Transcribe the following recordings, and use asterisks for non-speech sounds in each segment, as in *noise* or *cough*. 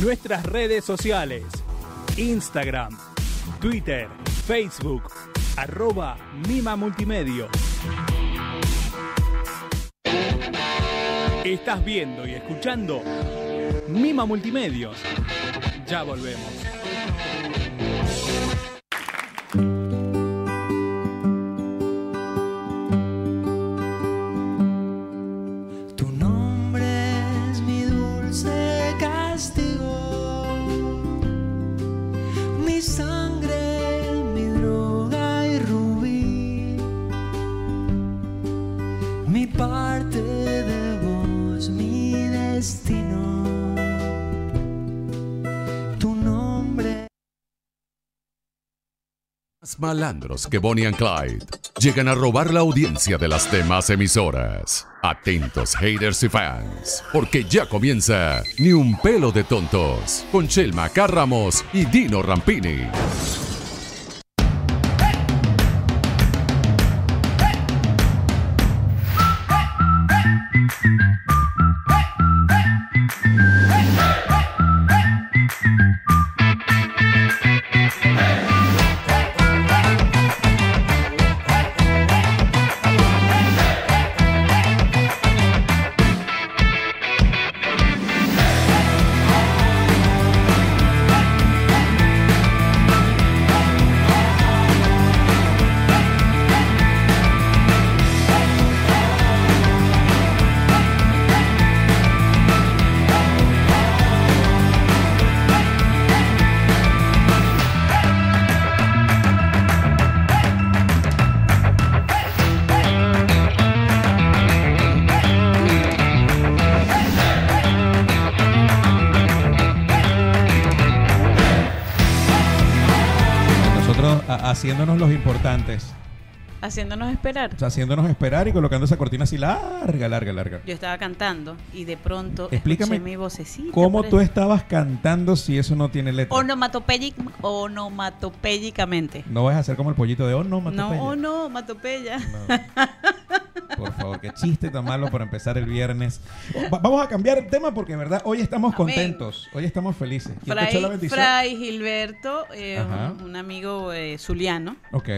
nuestras redes sociales. Instagram, Twitter, Facebook, arroba Mima Multimedio. Estás viendo y escuchando Mima Multimedios. Ya volvemos. Tu nombre es mi dulce castigo, mi sangre, mi droga y rubí, mi parte de vos, mi destino. Tu nombre. Más malandros que Bonnie and Clyde llegan a robar la audiencia de las demás emisoras. Atentos haters y fans, porque ya comienza Ni un pelo de tontos con Chelma Cárramos y Dino Rampini. Nosotros a- haciéndonos los importantes, haciéndonos esperar. o sea, haciéndonos esperar y colocando esa cortina así larga, larga, larga. Yo estaba cantando y de pronto Explícame escuché mi vocecita. ¿Cómo por tú ahí. estabas cantando si eso no tiene letra? Onomatopéyic- onomatopéyicamente. No vas a hacer como el pollito de "Oh, onomatopeya. No, onomatopeya. No. Por favor, qué chiste tan malo para empezar el viernes. Va- vamos a cambiar el tema porque, de verdad, hoy estamos Amén. contentos. Hoy estamos felices. ¿Quién escuchó la Fray, bendición? Fray Gilberto, eh, Ajá. un, un amigo eh, zuliano, Ok.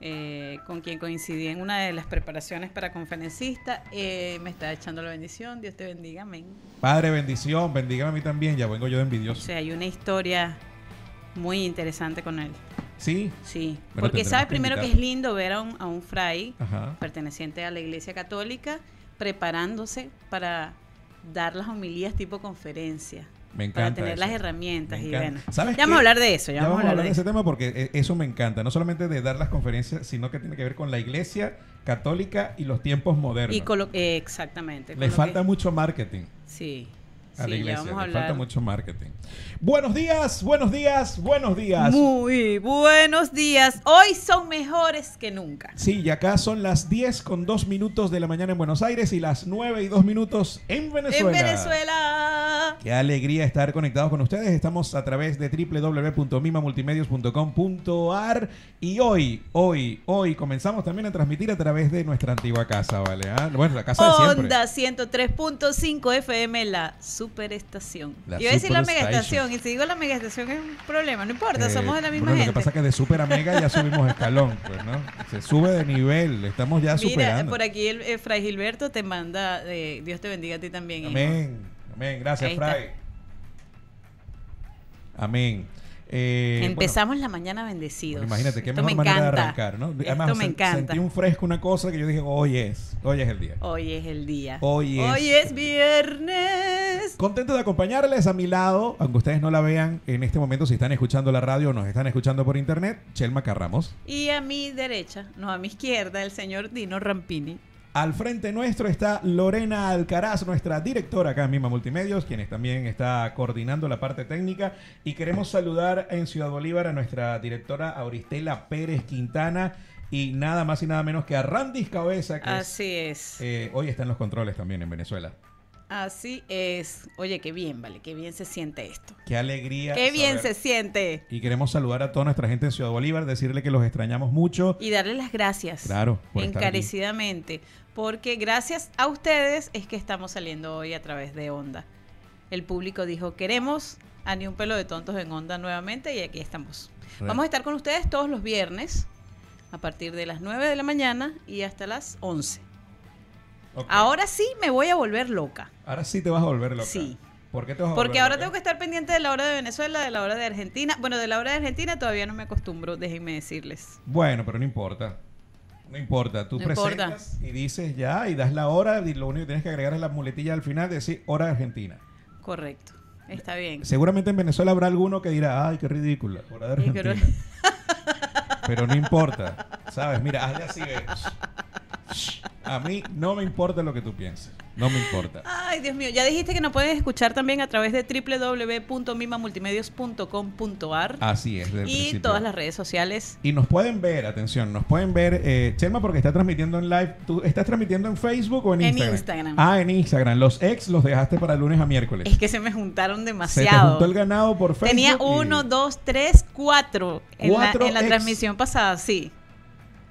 eh, con quien coincidí en una de las preparaciones para conferencista, eh, me está echando la bendición. Dios te bendiga, amén. Padre, bendición. Bendígame a mí también. Ya vengo yo de O envidioso. sea, hay una historia muy interesante con él. Sí. Sí, Bueno, porque tendremos sabes que primero que es invitarlo. lindo ver a un, a un fray Ajá. perteneciente a la Iglesia Católica preparándose para dar las homilías tipo conferencia. Me Para encanta. tener eso. las herramientas Me y encanta. bueno. ¿Sabes ya vamos a qué? hablar de eso, Ya vamos a hablar de ese tema porque eh, eso me encanta. No solamente de dar las conferencias, sino que tiene que ver con la iglesia católica y los tiempos modernos. Y con lo- eh, exactamente. con Le lo que- falta mucho marketing Sí. a sí, la ya iglesia. vamos a Le hablar. falta mucho marketing. Buenos días, buenos días, buenos días. Muy buenos días. Hoy son mejores que nunca. Sí, y acá son las 10 con 2 minutos de la mañana en Buenos Aires y las 9 y 2 minutos en Venezuela. En Venezuela. Qué alegría estar conectados con ustedes. Estamos a través de www.mimamultimedios.com.ar y hoy, hoy, hoy comenzamos también a transmitir a través de nuestra antigua casa, ¿vale? Ah, Bueno, la casa de siempre. Onda 103.5 FM, la superestación. La Yo iba a decir la superstation. megaestación, y si digo la megaestación es un problema, no importa, Eh, somos de la misma bueno, Lo gente. que pasa es que de super a mega ya subimos escalón, pues, ¿no? Se sube de nivel, estamos ya Mira, superando. por aquí el, eh, Fray Gilberto te manda, eh, Dios te bendiga a ti también. hijo. Amén, amén, gracias, Ahí está. Fray. Amén. Eh, bueno, Empezamos la mañana bendecidos. Bueno, imagínate, qué Esto mejor me manera de encanta. arrancar, ¿no? Esto me sen- encanta. Sentí un fresco, una cosa que yo dije, hoy es, hoy es el día. Hoy es el día. Hoy es- viernes. Contento de acompañarles a mi lado, aunque ustedes no la vean en este momento, si están escuchando la radio o nos están escuchando por internet, Chelma Carramos. Y a mi derecha, no a mi izquierda, el señor Dino Rampini. Al frente nuestro está Lorena Alcaraz, nuestra directora acá en Mima Multimedios, quienes también está coordinando la parte técnica. Y queremos saludar en Ciudad Bolívar a nuestra directora Auristela Pérez Quintana y nada más y nada menos que a Randis Cabeza, que es- Así es. eh, hoy está en los controles también en Venezuela. Así es. Oye, qué bien, vale, qué bien se siente esto. Qué alegría. Qué bien saber- se siente. Y queremos saludar a toda nuestra gente en Ciudad Bolívar, decirle que los extrañamos mucho. Y darle las gracias. Claro, por estar aquí. encarecidamente. Porque gracias a ustedes es que estamos saliendo hoy a través de Onda. El público dijo, queremos a Ni un pelo de tontos en onda nuevamente y aquí estamos. Vamos a estar con ustedes todos los viernes a partir de las 9 de la mañana y hasta las 11. Ok. Ahora sí me voy a volver loca. Ahora sí te vas a volver loca. Sí. ¿Por qué te vas a Porque volver ahora loca? tengo que estar pendiente de la hora de Venezuela, de la hora de Argentina. Bueno, de la hora de Argentina todavía no me acostumbro, déjenme decirles. Bueno, pero no importa. No importa. Tú No presentas y dices ya y das la hora y lo único que tienes que agregar es la muletilla al final de decir hora argentina. Correcto. Está bien. Seguramente en Venezuela habrá alguno que dirá, ay, qué ridícula, hora de Ay, qué argentina. *laughs* Pero no importa. ¿Sabes? Mira, hazle así, ve. Shh. A mí no me importa lo que tú pienses. No me importa. Ay, Dios mío, ya dijiste que nos puedes escuchar también a través de www.mimamultimedios.com.ar Así es. desde el y Ah, principio. todas las redes sociales. Y nos pueden ver, atención, nos pueden ver, eh, Chelma, porque está transmitiendo en live. ¿Tú estás transmitiendo en Facebook o en En Instagram? Instagram. Ah, en Instagram. Los ex los dejaste para lunes a miércoles. Es que se me juntaron Se te demasiado. juntó el ganado por Facebook. Tenía y- uno, dos, tres, cuatro en la, Cuatro en la ex. transmisión pasada, sí.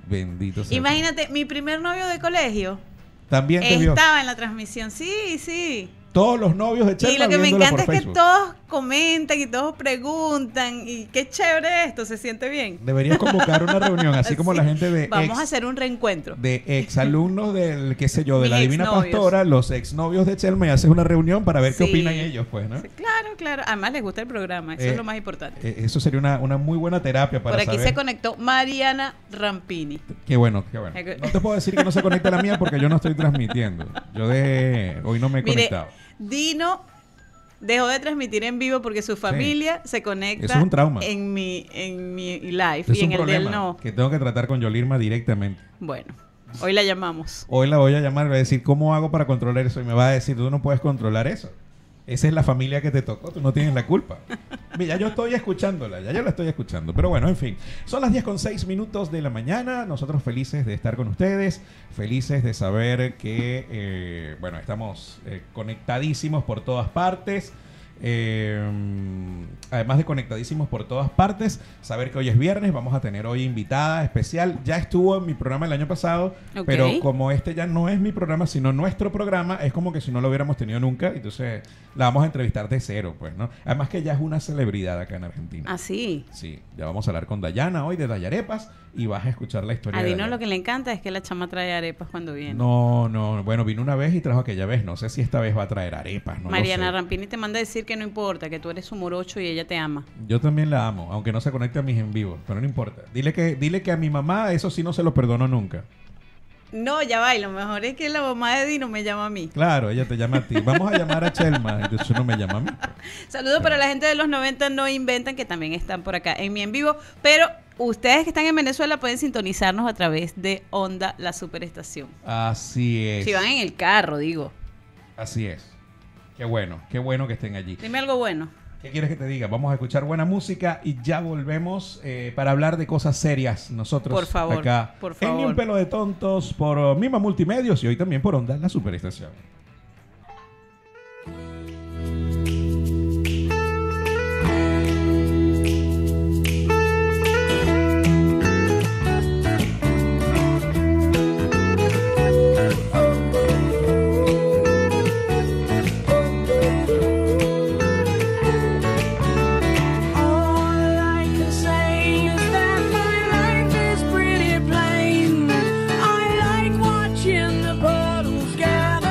Bendito sea. Imagínate, mi primer novio de colegio También te vio. estaba en la transmisión, sí, sí. Todos los novios de Chelma y lo que me viéndola encanta es por que Facebook. todos comentan y todos preguntan y qué chévere esto, se siente bien. Deberías convocar una reunión, así como la gente de Vamos ex, a hacer un reencuentro. de exalumnos del, qué sé yo, de Mis la Divina exnovios. Pastora, los exnovios de Chelma y haces una reunión para ver qué Sí. opinan ellos, pues, ¿no? Sí, Claro, claro. Además les gusta el programa, eso Eh, es lo más importante. Eh, Eso sería una, una muy buena terapia para Por aquí saber. se conectó Mariana Rampini. Qué bueno, qué bueno. Ec- No te puedo decir que no se conecte la mía porque yo no estoy transmitiendo. Yo de hoy no me he Mire, conectado. Dino dejó de transmitir en vivo porque su familia se conecta Eso es un trauma. en mi en mi live Es y un en el de él problema no. que tengo que tratar con Yolirma directamente. Bueno, hoy la llamamos. Hoy la voy a llamar y voy a decir, ¿cómo hago para controlar eso? Y me va a decir, tú no puedes controlar eso. Esa es la familia que te tocó, tú no tienes la culpa. Mira, yo estoy escuchándola, ya yo la estoy escuchando. Pero bueno, en fin. Son las 10 con 6 minutos de la mañana. Nosotros felices de estar con ustedes, felices de saber que, eh, bueno, estamos eh, conectadísimos por todas partes. Eh, además de conectadísimos por todas partes, saber que hoy es viernes, vamos a tener hoy invitada especial. Ya estuvo en mi programa el año pasado, Ok. pero como este ya no es mi programa, sino nuestro programa, es como que si no lo hubiéramos tenido nunca, entonces la vamos a entrevistar de cero, pues, ¿no? Además que ella es una celebridad acá en Ah, Argentina. Así. Sí, ya vamos a hablar con Dayana hoy de Dayarepas y vas a escuchar la historia A de Dino Dayana. lo que le encanta es que la chama trae arepas cuando viene. No, no, bueno, vino una vez y trajo aquella vez, no sé si esta vez va a traer arepas, no lo Mariana sé. Rampini te manda a decir que no importa, que tú eres su morocho y ella te ama. Yo también la amo, aunque no se conecte a mis en vivo, pero no importa. Dile que, dile que a mi mamá eso sí no se lo perdono nunca. No, ya va, y lo mejor es que la mamá de Dino me llama a mí. Claro, ella te llama a ti. Vamos a llamar a Chelma. Entonces no me llama a mí. Saludos para la gente de los 90 no inventan, que también están por acá en mi en vivo. Pero ustedes que están en Venezuela pueden sintonizarnos a través de Onda La Superestación. Así es. Si van en el carro, digo. Así es. Qué bueno, qué bueno que estén allí. Dime algo bueno. ¿Qué quieres que te diga? Vamos a escuchar buena música y ya volvemos eh, para hablar de cosas serias nosotros Por favor, acá. por En Ni un favor. pelo de tontos por oh, Mima Multimedios y hoy también por Onda La Superestación. All I can say is that my life is pretty plain. I like watching the puddles gather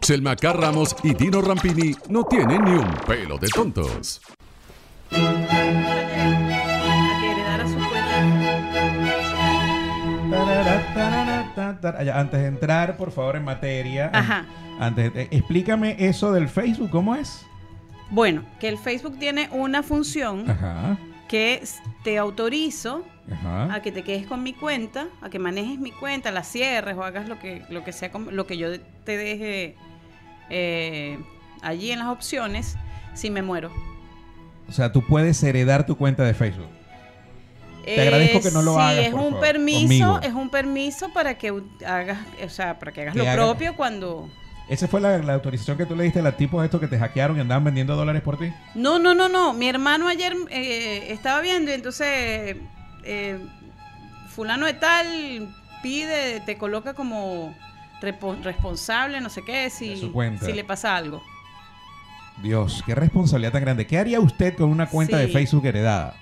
Selma K. Ramos y Dino Rampini no tienen ni un pelo de tontos. A que heredara su cuenta. Tarara, tarara, ta, tar- Ya, Antes de entrar, por favor, en materia. Ajá. Antes, de- eh, explícame eso del Facebook, ¿cómo es? Bueno, que el Facebook tiene una función Ajá. que es- te autorizo Ajá. a que te quedes con mi cuenta, a que manejes mi cuenta, la cierres o hagas lo que, lo que sea con- lo que yo de- te deje eh, allí en las opciones si me muero. O sea, tú puedes heredar tu cuenta de Facebook. Te agradezco que no lo Eh, sí, hagas, es por un favor, permiso, conmigo. es un permiso para que u- hagas, o sea, para que hagas Que lo haga- propio cuando ¿Esa fue la, la autorización que tú le diste a los tipos estos que te hackearon y andaban vendiendo dólares por ti? No, no, no, no. Mi hermano ayer eh, estaba viendo, y entonces eh, fulano de tal pide, te coloca como repo- responsable, no sé qué, De si, su cuenta. si le pasa algo. Dios, qué responsabilidad tan grande. ¿Qué haría usted con una cuenta de Sí. Facebook heredada?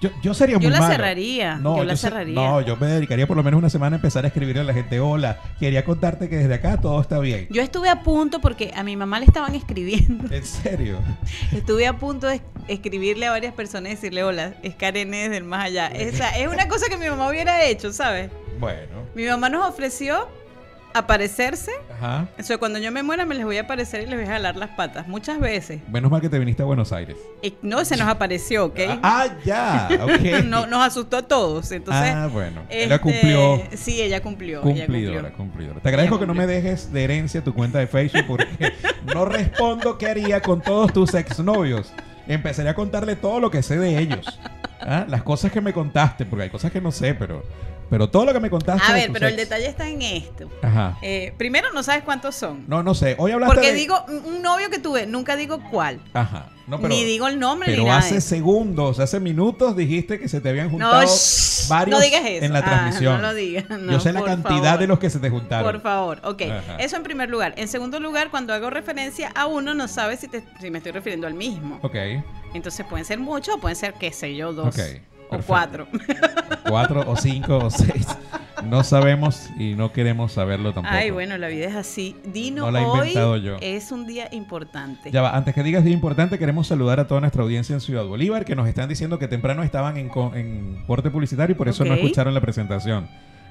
Yo, yo sería muy Yo la malo. cerraría, yo la se- cerraría. no, yo me dedicaría por lo menos una semana a empezar a escribirle a la gente, hola, quería contarte que desde acá todo está bien. Yo estuve a punto porque a mi mamá le estaban escribiendo. *laughs* En serio. Estuve a punto de es- escribirle a varias personas y decirle, hola, es Karen desde el más allá. Esa es una cosa que mi mamá hubiera hecho, ¿sabes? Bueno. Mi mamá nos ofreció aparecerse. Ajá. O sea, cuando yo me muera me les voy a aparecer y les voy a jalar las patas. Muchas veces. Menos mal que te viniste a Buenos Aires. Eh, No, se nos apareció, ¿ok? *laughs* Ah, ya. Ok. No, nos asustó a todos. Entonces, ah, bueno. este, Ella cumplió. Sí, ella cumplió. ella Cumplidora, cumplió. cumplidora. Te agradezco Ella que no me cumplió. dejes de herencia tu cuenta de Facebook porque no respondo qué haría con todos tus exnovios. Empezaré a contarle todo lo que sé de ellos. ¿Ah? Las cosas que me contaste, porque hay cosas que no sé, pero, pero todo lo que me contaste. A de ver, tus pero el ex. detalle está en esto. Ajá. Eh, primero, no sabes cuántos son. No, no sé. Hoy hablaste. porque de- digo, un un novio que tuve, nunca digo cuál. Ajá. No, pero, ni digo el nombre Pero ni nada. de hace eso. segundos, hace minutos dijiste que se te habían No, juntado shh, varios no digas eso. en la Ah, transmisión. no lo digas. no, Yo sé la por cantidad favor. de los que se te juntaron. Por favor, ok. Ajá. Eso en primer lugar. En segundo lugar, cuando hago referencia a uno, no sabes si, te- si me estoy refiriendo al mismo. Ok. Entonces pueden ser muchos o pueden ser, qué sé yo, dos Ok, o perfecto. cuatro. cuatro o cinco o seis. No sabemos y no queremos saberlo tampoco. Ay, bueno, la vida es así. Dino, No la he hoy inventado yo. es un día importante. Ya va, antes que digas de importante, queremos saludar a toda nuestra audiencia en Ciudad Bolívar, que nos están diciendo que temprano estaban en, co- en corte publicitario y por eso no Ok. escucharon la presentación.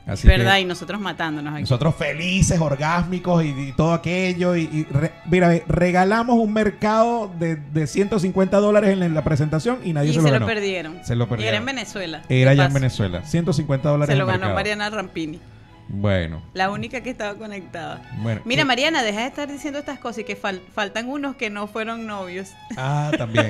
Así ¿Verdad? que Y nosotros matándonos aquí. nosotros felices, orgásmicos y, y todo aquello. Y, y re- mira, eh, regalamos un mercado de, de 150 dólares en la, en la presentación y nadie Y se, se lo lo, ganó. perdieron. Se lo Y era en perdieron. Venezuela. Era de allá en paso. Venezuela. 150 dólares Se lo el ganó mercado. Mariana Rampini, Bueno, la única que estaba conectada. bueno. Mira, Eh, Mariana, deja de estar diciendo estas cosas y que fal- faltan unos que no fueron novios. Ah, también.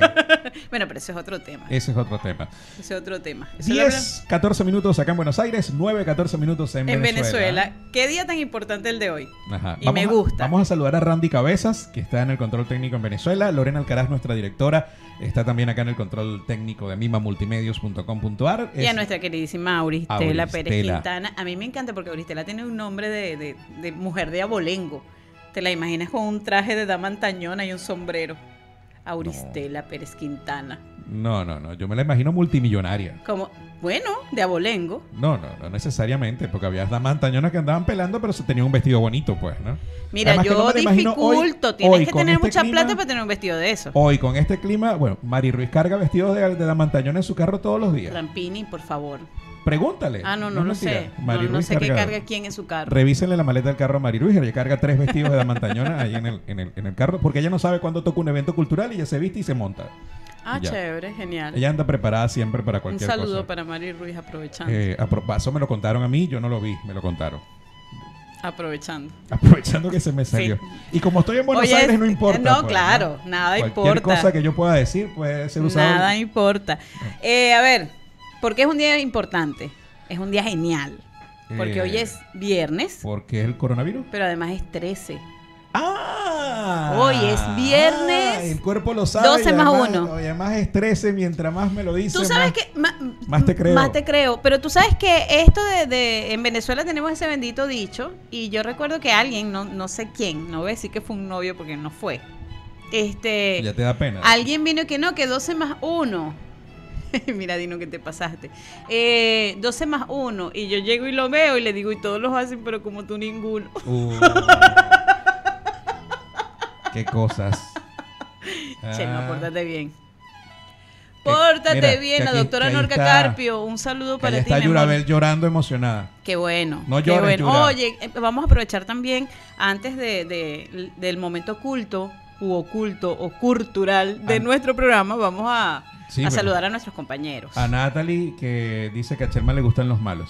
Bueno, pero eso es otro tema. Ese es otro tema. Ese es otro tema. Eso lo hablamos- 10, 14 minutos acá en Buenos Aires, 9, 14 minutos en, en Venezuela. ¿Qué día tan importante el de hoy? Ajá. Y me a- gusta. vamos a saludar a Randy Cabezas, que está en el control técnico en Venezuela. Lorena Alcaraz, nuestra directora, está también acá en el control técnico de mimamultimedios.com.ar. Y a Es- nuestra queridísima Auristela, Pérez Auristela. Quintana. A mí me encanta porque Auristela tiene un nombre de, de- de mujer de abolengo. Te la imaginas con un traje de dama antañona y un sombrero. Auristela Pérez Quintana. No, no, no. Yo me la imagino multimillonaria. Como, bueno, de abolengo. No, no, no necesariamente, porque había damas antañonas que andaban pelando, pero se tenía un vestido bonito, pues, ¿no? Mira, Además que yo no me la imagino hoy- dificulto. Tienes hoy que con tener este mucha clima- plata para tener un vestido de eso. Hoy con este clima, bueno, Mari Ruiz carga vestidos de, de dama antañona en su carro todos los días. Rampini, por favor. Pregúntale. Ah, no, no, Eh, es lo mentira. sé. No, Mari no Ruiz sé qué carga- carga quién en su carro. Revísenle la maleta del carro a Mari Ruiz. Ella carga tres vestidos de damantañona ahí en el, en, el, en el carro porque ella no sabe cuándo toca un evento cultural y ya se viste y se monta. Ah, Ya. chévere, genial. Ella anda preparada siempre para Un cualquier saludo cosa. para Mari Ruiz aprovechando. Eh, a pro- eso me lo contaron a mí, yo no lo vi, me lo contaron. *laughs* aprovechando. Aprovechando que se me salió. Y como estoy en Buenos Oye, Aires, no importa. No, pues, claro, ¿no? nada Cualquier importa. cosa que yo pueda decir puede ser usada. Nada importa. Ah. Eh, a ver, ¿por qué es un día importante? Es un día genial. Porque Eh, hoy es viernes, Porque es el coronavirus. pero además es 13. ¡Ah! Hoy es viernes. Ah, el cuerpo lo sabe. 12 y más además- uno. Y además es 13 mientras más me lo dice. Tú sabes más- que... ma- más te creo. Más te creo. Pero tú sabes que esto de... de- en Venezuela tenemos ese bendito dicho. Y yo recuerdo que alguien, no, no sé quién, no voy a decir que fue un novio porque no fue. Este... Ya te da pena. Alguien vino que no, que 12 más 1. *laughs* Mira, Dino, que te pasaste. Eh, 12 más 1. Y yo llego y lo veo y le digo, y todos los hacen, pero como tú ninguno. Uh. Qué cosas. Chema, Ah, pórtate bien. que- Pórtate mira, bien, que la aquí- doctora que ahí Norca está- Carpio. Un saludo que ahí para ti. está mi amor. Yurabel llorando emocionada. Qué bueno. No qué llores, bueno. Yura. Oye, eh, vamos a aprovechar también antes de, de- del momento oculto u oculto o cultural de Ah. nuestro programa, vamos a, Sí, a pero- saludar a nuestros compañeros. A Natalie que dice que a Chelma le gustan los malos.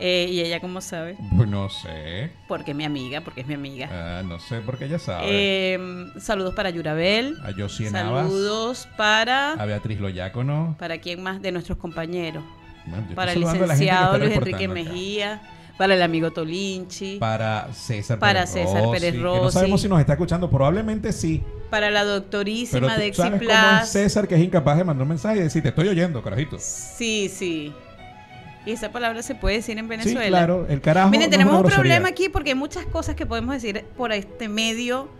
Eh, y ella, ¿cómo sabe? Pues no sé. Porque es mi amiga, porque es mi amiga. Ah, no sé porque ella sabe. Eh, saludos para Yurabel. a Josie Navas. Saludos A para... Beatriz Loyácono. ¿Para quién más de nuestros compañeros? Bueno, yo estoy Para el saludando a la gente que licenciado está Luis Enrique reportando acá. Mejía, para el amigo Tolinchi, Para César Para Pérez César Rossi, Pérez que no Rossi. sabemos si nos está escuchando. Probablemente sí. para la Pero doctorísima tú de sabes cómo es Exiplas. César que es incapaz de mandar un mensaje y decir, te estoy oyendo, carajito. Sí, Sí, sí. Y esa palabra se puede decir en Venezuela. claro. El carajo Miren, no es tenemos una un grosería. problema aquí porque hay muchas cosas que podemos decir por este medio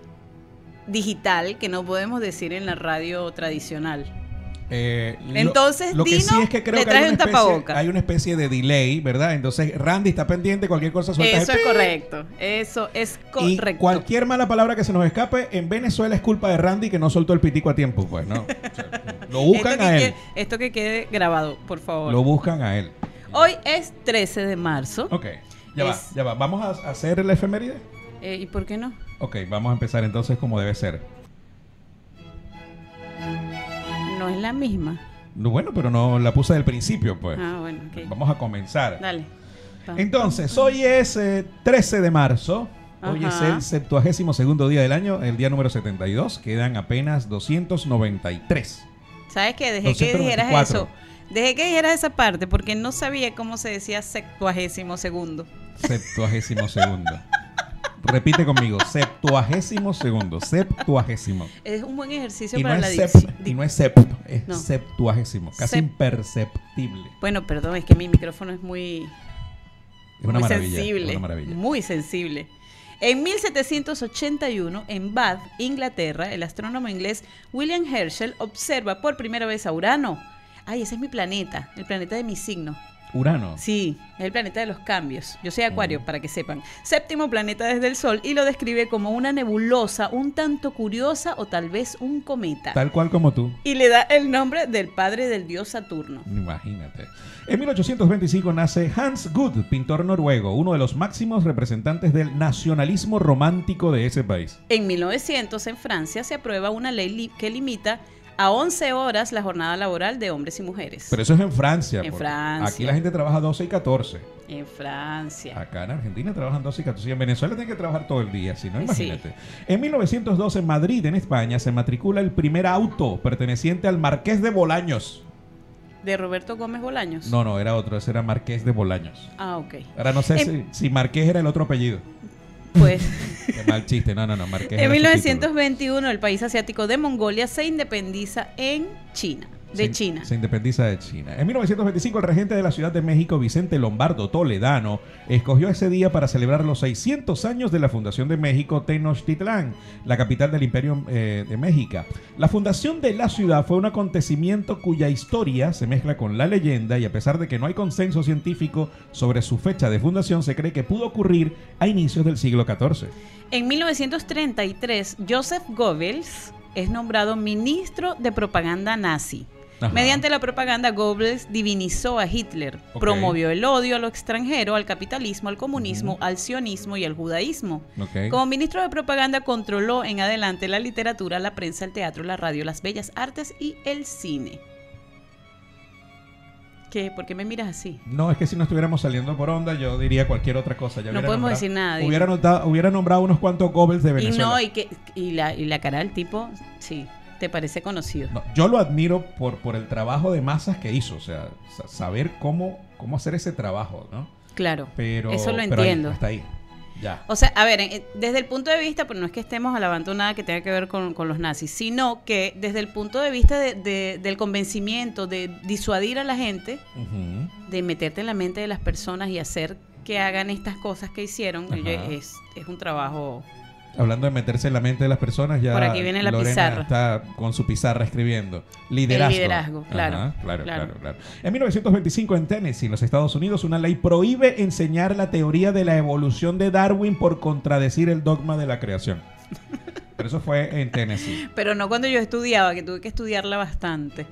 digital que no podemos decir en la radio tradicional. Eh, lo- Entonces, lo que Dino, sí es que creo le que hay traje una un especie- tapabocas. Hay una especie de delay, ¿verdad? Entonces, Randy está pendiente, cualquier cosa suelta Eso el es pi- correcto. Eso es Y correcto. cualquier mala palabra que se nos escape en Venezuela es culpa de Randy que no soltó el pitico a tiempo. Pues *laughs* no. O sea, lo buscan esto, a que él. quede, esto que quede grabado, por favor. Lo buscan a él. Hoy es 13 de marzo. Ok. Ya Es- va, ya va. ¿Vamos a hacer la efeméride? Eh, ¿Y por qué no? Ok, vamos a empezar entonces como debe ser. No es la misma. No, Bueno, pero no la puse del principio, pues. Ah, bueno, ok. Vamos a comenzar. Dale. Pa. Entonces, hoy es eh, 13 de marzo. Hoy es Ajá. el 72 segundo día del año, el día número 72. Quedan apenas 293. ¿Sabes qué? Dejé que 294. dijeras eso. Dejé que dijeras esa parte porque no sabía cómo se decía septuagésimo segundo. 72 segundo. Repite conmigo, 72 segundo, septuagésimo. Es un buen ejercicio Y no, para la es dicción. sep- y no es septo, es No. septuagésimo, casi Sep- imperceptible. Bueno, perdón, es que mi micrófono es muy, Es una muy maravilla, sensible. una maravilla. Muy sensible. En 1781, en Bath, Inglaterra, el astrónomo inglés William Herschel observa por primera vez a Urano. Ay, ese es mi planeta, el planeta de mi signo. Urano. Sí, es el planeta de los cambios. Yo soy Acuario, Mm. para que sepan. Séptimo planeta desde el Sol y lo describe como una nebulosa un tanto curiosa o tal vez un cometa. Tal cual como tú. Y le da el nombre del padre del dios Saturno. Imagínate. En 1825 nace Hans Good, pintor noruego, uno de los máximos representantes del nacionalismo romántico de ese país. En 1900, en Francia, se aprueba una ley li- que limita a 11 horas la jornada laboral de hombres y mujeres. Pero eso es en Francia. En porque Francia. Aquí la gente trabaja 12 y 14. En Francia. Acá en Argentina trabajan 12 y 14. Y en Venezuela tienen que trabajar todo el día, si no, Sí. imagínate. En 1912, en Madrid, en España, se matricula el primer auto perteneciente al Marqués de Bolaños. De Roberto Gómez Bolaños. No, no, era otro, ese era Marqués de Bolaños. Ah, ok. Ahora no sé En- si, si Marqués era el otro apellido. *laughs* Pues. Qué mal chiste, no, no, no, Marqués. En era su título. 1921, el país asiático de Mongolia se independiza en China, de Se- China. Se independiza de China. En 1925, el regente de la Ciudad de México, Vicente Lombardo Toledano, escogió ese día para celebrar los 600 años de la fundación de México, Tenochtitlán, la capital del Imperio eh, de México. La fundación de la ciudad fue un acontecimiento cuya historia se mezcla con la leyenda y a pesar de que no hay consenso científico sobre su fecha de fundación, se cree que pudo ocurrir a inicios del siglo XIV. En 1933, Joseph Goebbels es nombrado ministro de propaganda nazi. Ajá. Mediante la propaganda, Goebbels divinizó a Hitler, Ok. promovió el odio a lo extranjero, al capitalismo, al comunismo, Ujú. al sionismo y al judaísmo. Ok. Como ministro de propaganda controló en adelante la literatura, la prensa, el teatro, la radio, las bellas artes y el cine. ¿Qué? ¿Por qué me miras así? No, es que si no estuviéramos saliendo por onda, yo diría cualquier otra cosa. Ya No hubiera podemos nombrado- decir nada, Dino. Hubiera, nota- hubiera nombrado unos cuantos Goebbels de Y Venezuela. no, y, que, y, la, y la cara del tipo, sí, te parece conocido. No, yo lo admiro por, por el trabajo de masas que hizo. O sea, sa- saber cómo, cómo hacer ese trabajo, ¿no? Claro, Pero, eso lo pero ahí, entiendo. hasta ahí. Ya. O sea, a ver, eh, desde el punto de vista, pues no es que estemos alabando nada que tenga que ver con, con los nazis, sino que desde el punto de vista de- de- del convencimiento, de disuadir a la gente, Ujú. de meterte en la mente de las personas y hacer que hagan estas cosas que hicieron, Ajá. oye, es, es un trabajo. Hablando de meterse en la mente de las personas, ya. Por aquí viene la Lorena pizarra. Está con su pizarra escribiendo. Liderazgo. El liderazgo, claro, Ajá, claro, claro, claro. claro. En 1925, en Tennessee, en los Estados Unidos, una ley prohíbe *laughs* enseñar la teoría de la evolución de Darwin por contradecir el dogma de la creación. pero eso fue en Tennessee. Pero no cuando yo estudiaba, que tuve que estudiarla bastante.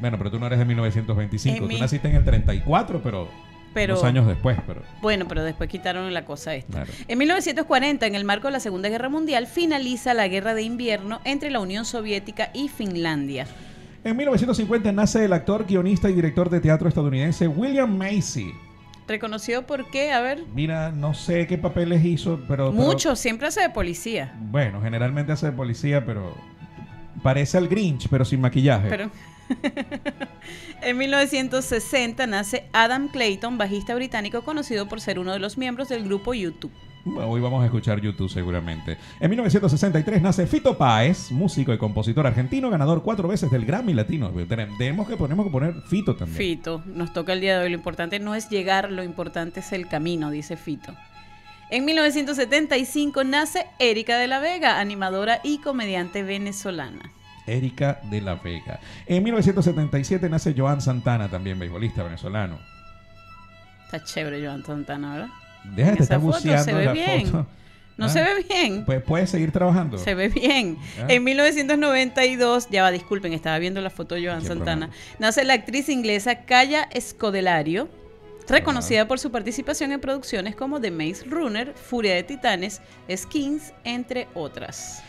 Bueno, pero tú no eres de 1925. En tú mi- naciste en el 34, pero, Pero- dos años después. Pero Bueno, pero después quitaron la cosa esta. Claro. En 1940, en el marco de la Segunda Guerra Mundial, finaliza la Guerra de Invierno entre la Unión Soviética y Finlandia. En 1950 nace el actor, guionista y director de teatro estadounidense William Macy. Reconocido por qué, a ver, Mira, no sé qué papeles hizo, pero... pero- mucho, siempre hace de policía. bueno, generalmente hace de policía, pero parece al Grinch, pero sin maquillaje. Pero *laughs* en 1960 nace Adam Clayton, bajista británico conocido por ser uno de los miembros del grupo YouTube. Bueno, hoy vamos a escuchar YouTube seguramente. En 1963 nace Fito Páez, músico y compositor argentino, ganador cuatro veces del Grammy Latino. Tenemos que, ponemos que poner Fito también. Fito, nos toca el día de hoy. Lo importante no es llegar, lo importante es el camino, dice Fito. En 1975 nace Erika de la Vega, animadora y comediante venezolana. Erika de la Vega. En 1977 nace Joan Santana, también beisbolista venezolano. Está chévere, Joan Santana, ¿verdad? Deja En de estar esa foto buceando se ve la bien. foto. No Ah. se ve bien. Pues puedes seguir trabajando. Se ve bien. Ah. En 1992, ya va, disculpen, estaba viendo la foto de Joan Qué Santana. problema. Nace la actriz inglesa Kaya Scodelario, reconocida por su participación en producciones como The Maze Runner, Furia de Titanes, Skins, entre otras.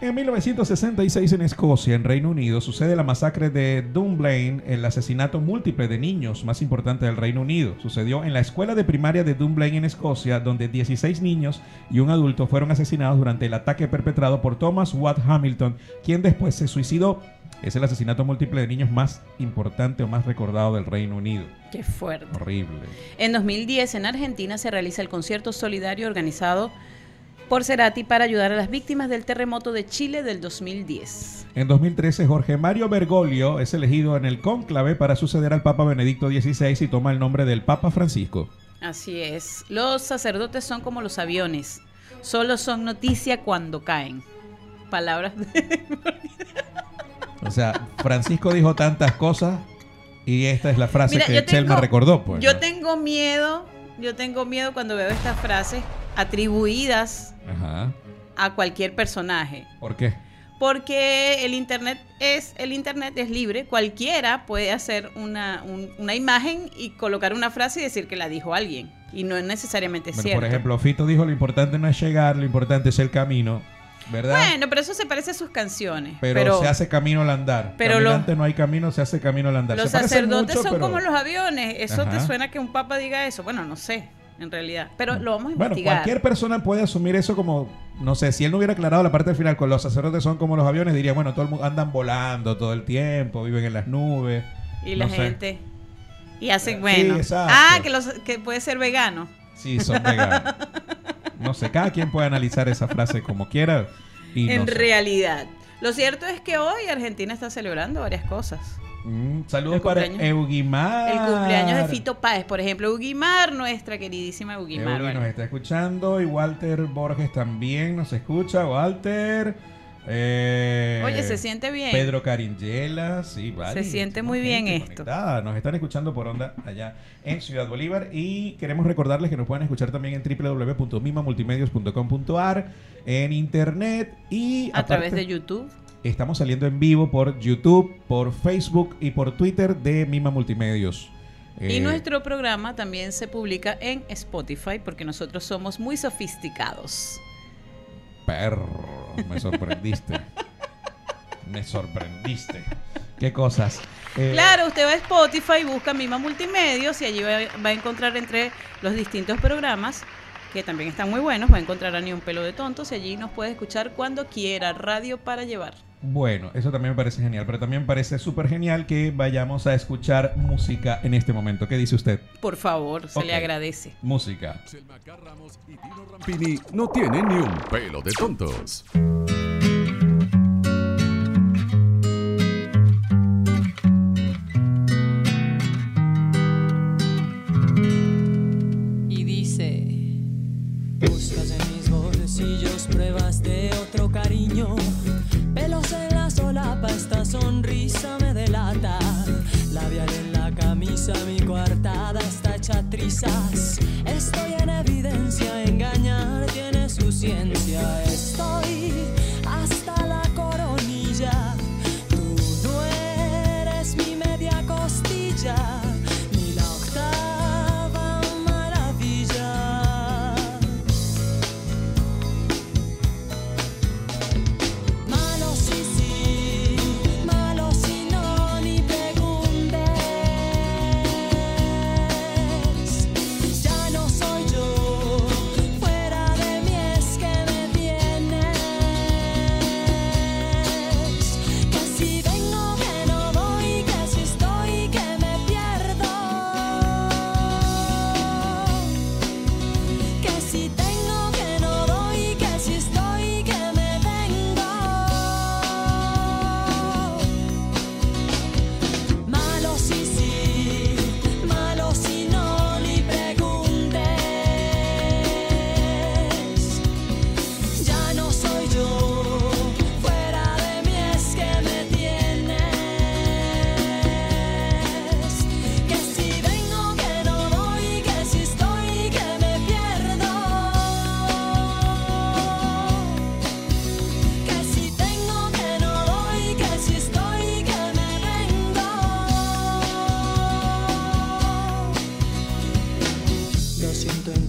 En 1966 en Escocia, en Reino Unido, sucede la masacre de Dunblane, el asesinato múltiple de niños más importante del Reino Unido. Sucedió en la escuela de primaria de Dunblane en Escocia, donde 16 niños y un adulto fueron asesinados durante el ataque perpetrado por Thomas Watt Hamilton, quien después se suicidó. Es el asesinato múltiple de niños más importante o más recordado del Reino Unido. Qué fuerte. Horrible. En 2010, en Argentina, se realiza el concierto solidario organizado por Cerati para ayudar a las víctimas del terremoto de Chile del 2010. En 2013, Jorge Mario Bergoglio es elegido en el cónclave para suceder al Papa Benedicto XVI y toma el nombre del Papa Francisco. Así es. Los sacerdotes son como los aviones. Solo son noticia cuando caen. Palabras *laughs* de... O sea, Francisco dijo tantas cosas y esta es la frase Mira, que Chelma recordó. Pues, yo ¿no? tengo miedo, yo tengo miedo cuando veo estas frases atribuidas Ajá. a cualquier personaje. ¿Por qué? Porque el internet es, el internet es libre, cualquiera puede hacer una, un- una imagen y colocar una frase y decir que la dijo alguien. Y no es necesariamente Bueno, cierto. por ejemplo, Fito dijo lo importante no es llegar, lo importante es el camino, ¿verdad? bueno, pero eso se parece a sus canciones. pero, se hace camino al andar. pero Pero lo- no hay camino, se hace camino al andar. Los Se parece sacerdotes mucho, son pero- como los aviones. ¿Eso te Ajá. suena que un papa diga eso? Bueno, no sé, en realidad. Pero lo vamos a Bueno, investigar. cualquier persona puede asumir eso como, no sé, si él no hubiera aclarado la parte del final con los sacerdotes son como los aviones, diría, bueno, todo el mundo andan volando todo el tiempo, viven en las nubes. Y la no sé. gente. Y hacen, Sí, bueno. exacto. ah, que, los, que puede ser vegano. Sí, son veganos. No sé, cada quien puede analizar esa frase como quiera. Y no en sé. realidad. Lo cierto es que hoy Argentina está celebrando varias cosas. Mm, saludos El para cumpleaños. Euguimar. El cumpleaños de Fito Páez, por ejemplo, Uguimar, nuestra queridísima Uguimar. Eugui bueno. nos está escuchando y Walter Borges también nos escucha. Walter. eh, Oye, se siente bien. Pedro Caringela, sí, vale, Se siente somos muy bien gente esto. conectada. Nos están escuchando por onda allá en Ciudad Bolívar y queremos recordarles que nos pueden escuchar también en www.mimamultimedios.com.ar, en internet y a través aparte- de YouTube. Estamos saliendo en vivo por YouTube, por Facebook y por Twitter de Mima Multimedios. Y Eh, nuestro programa también se publica en Spotify porque nosotros somos muy sofisticados. Perro, me *laughs* sorprendiste. me sorprendiste. Qué cosas. Eh, Claro, usted va a Spotify, busca Mima Multimedios y allí va, va a encontrar entre los distintos programas, que también están muy buenos, va a encontrar a Ni un pelo de tontos y allí nos puede escuchar cuando quiera, radio para llevar. Bueno, eso también me parece genial, pero también me parece súper genial que vayamos a escuchar música en este momento. ¿Qué dice usted? Por favor, se le Ok. agradece. Música. Selma Carramos y Tino Rampini no tienen ni un pelo de tontos. y dice: Buscas en mis bolsillos pruebas de otro cariño. Pelos en la solapa, esta sonrisa me delata. Labial en la camisa, mi coartada está hecha trizas. Estoy en evidencia, engañar tiene su ciencia. Estoy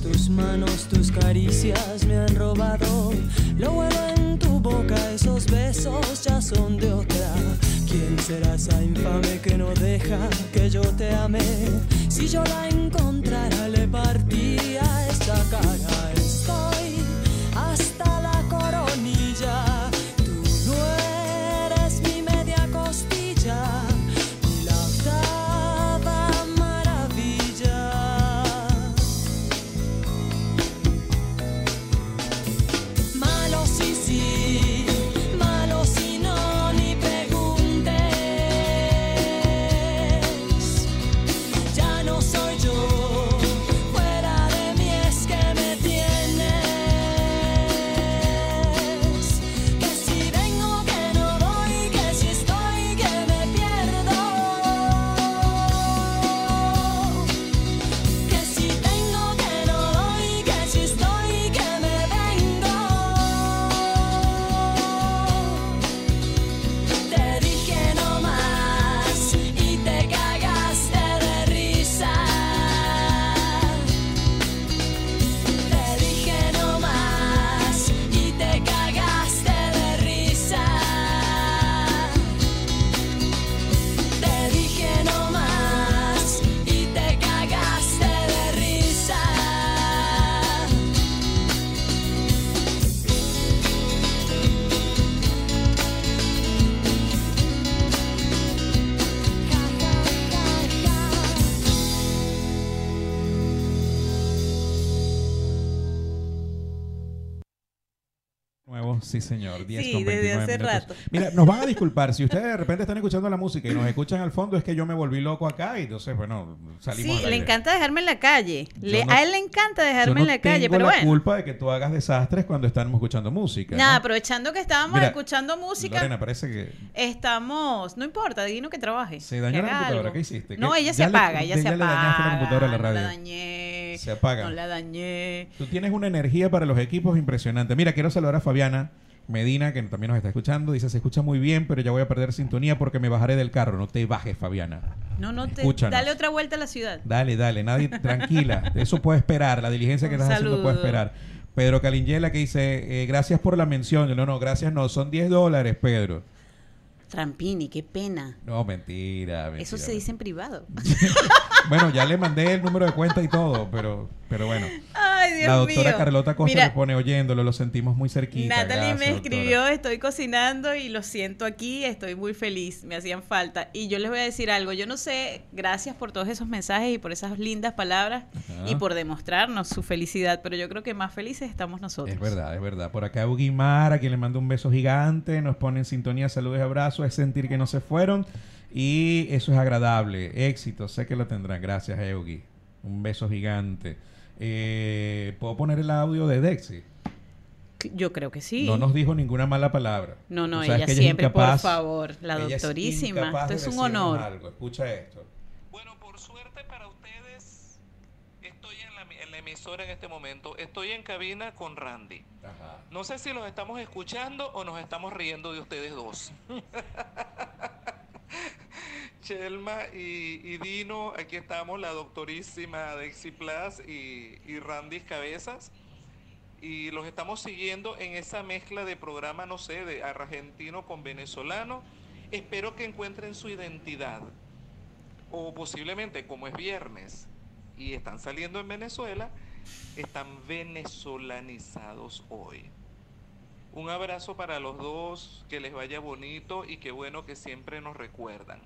tus manos, tus caricias me han robado. Lo bueno en tu boca, esos besos ya son de otra. ¿Quién será esa infame que no deja que yo te ame? Si yo la encontrara, le partiría esta cara. Estoy hasta la coronilla. Tú no eres mi media costilla. ni La octava maravilla. Malo sí, sí, malo si no, ni preguntes. Ya no soy yo, fuera de mí es que me tienes. Que si vengo, que no voy, que si estoy, que me pierdo. Que si tengo que no doy, que si estoy que me vengo. Te dije no más y te cagaste de risa. Te dije no más y te cagaste de risa. Te dije no más y te cagaste de risa. Ja, ja, ja, ja. Nuevo, sí señor, 10 Sí, con desde 29 hace minutos. rato. Mira, nos van a disculpar, si ustedes de repente están escuchando la música y nos escuchan al fondo, es que yo me volví loco acá y entonces, bueno, salimos Sí, al le aire. encanta dejarme en la calle. Yo Le- no- a él le encanta Yo dejarme no en la calle, tengo pero la bueno. culpa de que tú hagas desastres cuando estamos escuchando música. Nada, ¿no? aprovechando que estábamos Mira, escuchando música, Lorena, parece que estamos, no importa, Dino que trabaje. Se dañó que la haga computadora, algo. ¿qué hiciste? No, ¿Qué? ella se Ya le- apaga, ella ya se le apaga. dañaste la computadora a la radio. No la dañé. Se apaga. No la dañé. tú tienes una energía para los equipos impresionante. Mira, quiero saludar a Fabiana Medina, que también nos está escuchando. Dice, se escucha muy bien, pero ya voy a perder sintonía porque me bajaré del carro. No te bajes, Fabiana. No, no te. Escúchanos. Dale otra vuelta a la ciudad. Dale, dale, nadie, *laughs* tranquila. Eso puede esperar, la diligencia que Un estás haciendo puede saludo. esperar. Pedro Calingela que dice, eh, gracias por la mención. Yo, no, no, gracias no, son 10 dólares, Pedro. Trampini, qué pena. No, mentira, mentira. Eso se dice en privado. Bueno, ya le mandé el número de cuenta y todo, pero, pero bueno. *laughs* Ay, Dios la doctora mío. Carlota Costa Mira, le pone oyéndolo, lo sentimos muy cerquita. Natalie gracias, me doctora. escribió, estoy cocinando y lo siento aquí, estoy muy feliz, me hacían falta. Y yo les voy a decir algo, yo no sé, gracias por todos esos mensajes y por esas lindas palabras Ajá. y por demostrarnos su felicidad, pero yo creo que más felices estamos nosotros. Es verdad, es verdad. Por acá Uguimar, a quien le mando un beso gigante, nos pone en sintonía, saludos y abrazos, es sentir que no se fueron y eso es agradable, éxito, sé que lo tendrán, gracias Eugi, un beso gigante. Eh, ¿Puedo poner el audio de Dexy? Yo creo que sí. No nos dijo ninguna mala palabra. no, no, Tú sabes ella que es siempre, incapaz- por favor, la ella es doctorísima, incapaz esto de es un decirnos honor. algo. Escucha esto. Bueno, por suerte para ustedes, estoy en la, en la emisora en este momento. Estoy en cabina con Randy. Ajá. No sé si los estamos escuchando o nos estamos riendo de ustedes dos. *laughs* Chelma y, y Dino, aquí estamos, la doctorísima Dexy Plus y, y Randy Cabezas. Y los estamos siguiendo en esa mezcla de programa, no sé, de argentino con venezolano. Espero que encuentren su identidad. O posiblemente, como es viernes y están saliendo en Venezuela, están venezolanizados hoy. Un abrazo para los dos, que les vaya bonito y qué bueno que siempre nos recuerdan.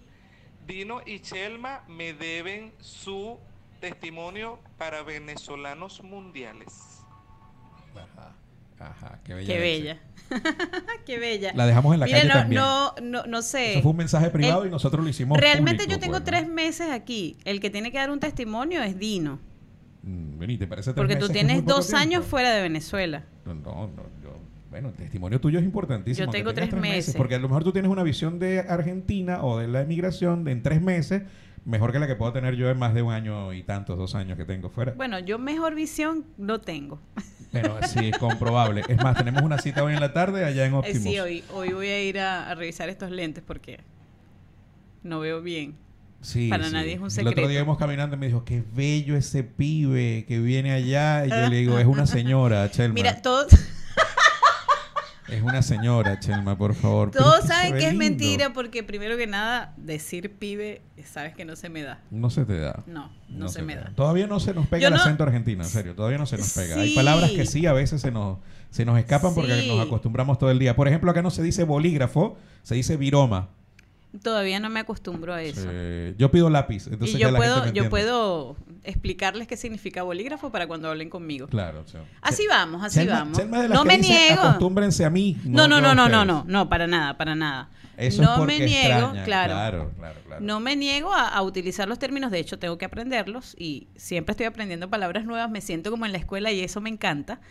Dino y Chelma me deben su testimonio para venezolanos mundiales. Ajá. Ajá, qué bella. Qué Dexy. bella. *laughs* Qué bella. La dejamos en la Mira, calle no, también. no, no, no sé. Eso fue un mensaje privado El- y nosotros lo hicimos Realmente público, yo tengo pues, ¿no? tres meses aquí. El que tiene que dar un testimonio es Dino. Mm, bueno, ¿y te parece tres Porque tú meses que es muy tienes poco dos tiempo? años fuera de Venezuela. No, no, no, yo- bueno, el testimonio tuyo es importantísimo. Yo que tengo tengas tres meses. Porque a lo mejor tú tienes una visión de Argentina o de la emigración de en tres meses mejor que la que puedo tener yo en más de un año y tantos, dos años que tengo fuera. Bueno, yo mejor visión no tengo. Pero sí, es comprobable. Es más, tenemos una cita hoy en la tarde allá *laughs* en Eh, Optimus. sí, hoy, hoy voy a ir a, a revisar estos lentes porque no veo bien. Sí, Para sí. nadie es un El otro día secreto. íbamos caminando y me dijo, qué bello ese pibe que viene allá. Y yo le digo, es una *laughs* señora, Chelma. *laughs* Mira, todo- Es una señora, Chelma, por favor. todos Pero saben re que es lindo. mentira porque primero que nada, decir pibe, sabes que no se me da. No se te da. No, no, se, te me da. Todavía no se nos pega Yo el no- acento argentino, en serio. Todavía no se nos pega. Hay Sí. palabras que sí a veces se nos, se nos escapan porque Sí. nos acostumbramos todo el día. Por ejemplo, acá no se dice bolígrafo, se dice viroma. Todavía no me acostumbro a eso. Eh, yo pido lápiz. Entonces y ya yo la gente puedo, me yo entiende. puedo explicarles qué significa bolígrafo para cuando hablen conmigo. Claro, o sea. Así vamos, así Chelma- vamos. Chelma es de las no que me dice, niego. Acostúmbrense a mí. No, no, yo no, a no, no, ustedes". no, no, para nada, para nada. Eso es no porque me niego, extraña, claro. Claro, claro, claro. No me niego a, a utilizar los términos, de hecho tengo que aprenderlos y siempre estoy aprendiendo palabras nuevas, me siento como en la escuela y eso me encanta.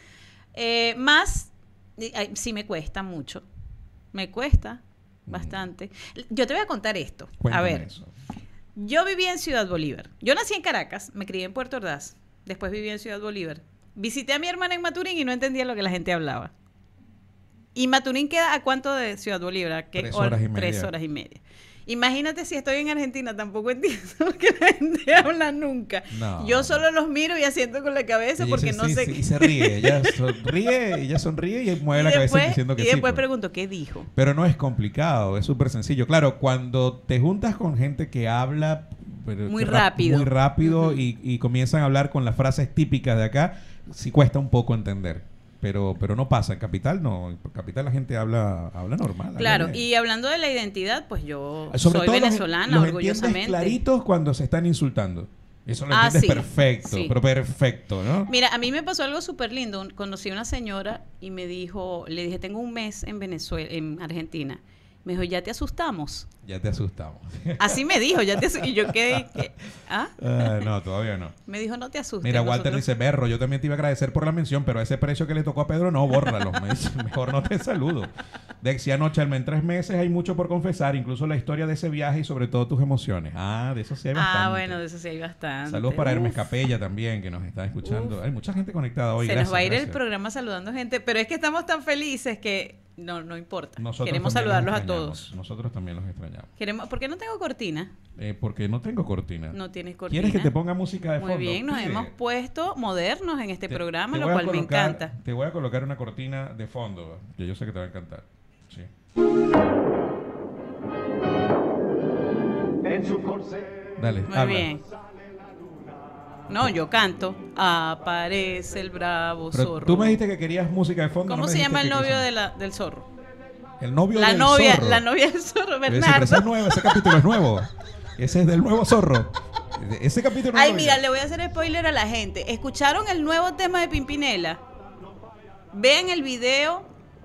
Eh, más, y- ay, sí me cuesta mucho, me cuesta bastante. Yo te voy a contar esto. Mm. Cuéntame a ver, eso. yo vivía en Ciudad Bolívar. Yo nací en Caracas, me crié en Puerto Ordaz, después viví en Ciudad Bolívar. Visité a mi hermana en Maturín y no entendía lo que la gente hablaba. ¿Y Maturín queda a cuánto de Ciudad Bolívar? ¿A qué Tres hora? horas y media. Tres horas y media. Imagínate si estoy en Argentina, tampoco entiendo *laughs* lo que la gente habla nunca. No. Yo solo los miro y asiento con la cabeza Y porque dice, no sí, sé sí, qué. y se ríe, ella sonríe, ella sonríe y mueve Y la cabeza después- diciendo que y sí. después pues. pregunto, ¿qué dijo? Pero no es complicado, es súper sencillo. Claro, cuando te juntas con gente que habla pero Muy que ra- rápido. muy rápido y, y comienzan a hablar con las frases típicas de acá, sí cuesta un poco entender. Pero, pero no pasa, en Capital no, en Capital la gente habla, habla normal. habla Claro, Ah, bien. y hablando de la identidad, pues yo Sobre todo soy los- venezolana, los entiendes orgullosamente. claritos cuando se están insultando. Eso lo Ah, entiendes sí, perfecto, sí. pero perfecto, ¿no? Mira, a mí me pasó algo súper lindo. Un- Conocí a una señora y me dijo, le dije, tengo un mes en Venezuela, en Argentina. Me dijo, ya te asustamos. Ya te *laughs* asustamos. Así me dijo, ya te asu-". Y yo quedé, que- ¿ah? Ah, no, todavía no. Me dijo, no te asustes. Mira, Walter nosotros- dice, Berro, yo también te iba a agradecer por la mención, pero ese precio que le tocó a Pedro, no, bórralo. Me dice, *laughs* Mejor no te saludo. Dexia Noche, Alma, en tres meses hay mucho por confesar, incluso la historia de ese viaje y sobre todo tus emociones. Ah, de eso sí hay bastante. Ah, bueno, de eso sí hay bastante. Saludos para Hermes Uf, Capella también, que nos está escuchando. Hay mucha gente conectada hoy. Se gracias, nos va a ir el gracias. programa saludando gente, pero es que estamos tan felices que no, no importa. Nosotros Queremos también los saludarlos a extrañamos. todos. Nosotros también los extrañamos. Queremos, ¿Por qué no tengo cortina? Eh, porque no tengo cortina. No tienes cortina. ¿Quieres que te ponga música de Muy fondo? bien, nos Oye, hemos puesto modernos en este te- programa, te lo voy a cual me colocar- encanta. Te voy a colocar una cortina de fondo, que yo sé que te va a encantar. Sí. Dale, Muy habla. bien. No, yo canto. Aparece el bravo Pero zorro. tú me dijiste que querías música de fondo. ¿Cómo no me se dijiste llama el qué novio canción. de la- del zorro? El novio La del novia, zorro. la novia del zorro, Pero ese- pero ese es Bernardo. nuevo, ese capítulo es nuevo. Ese es del nuevo *laughs* zorro. Ese capítulo es Ay, nuevo mira, ya. le voy a hacer spoiler a la gente. ¿Escucharon el nuevo tema de Pimpinela? Vean el video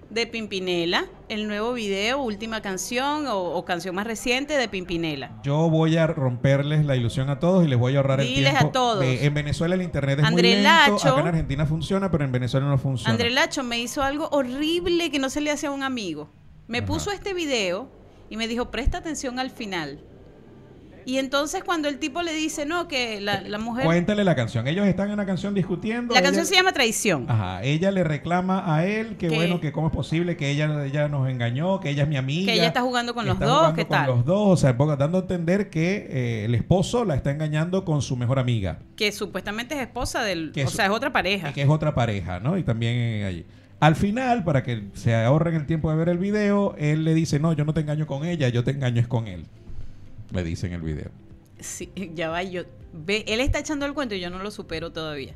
de Pimpinela, el nuevo video, última canción o, o canción más reciente de Pimpinela. Yo voy a romperles la ilusión a todos y les voy a ahorrar el Diles a tiempo. todos. de- en Venezuela el internet es André muy lento. Lacho. Acá en Argentina funciona, pero en Venezuela no funciona. André Lacho me hizo algo horrible que no se le hace a un amigo. Me Ajá. puso este video y me dijo, presta atención al final. Y entonces cuando el tipo le dice, no, que la, la mujer... Cuéntale la canción. Ellos están en una canción discutiendo. la ella- canción se llama Traición. Ajá, ella le reclama a él que Que- bueno, que cómo es posible que ella, ella nos engañó, que ella es mi amiga. Que ella está jugando con que los está dos, jugando ¿qué con tal? los dos, o sea, en poco- dando a entender que eh, el esposo la está engañando con su mejor amiga, Que supuestamente es esposa del... Que o su- sea, es otra pareja. y que es otra pareja, ¿no? Y también eh, allí. Al final, para que se ahorren el tiempo de ver el video, él le dice, no, yo no te engaño con ella, yo te engaño es con él. Le dice en el video. Sí, *laughs* ya va, yo... Ve, él está echando el cuento y yo no lo supero todavía.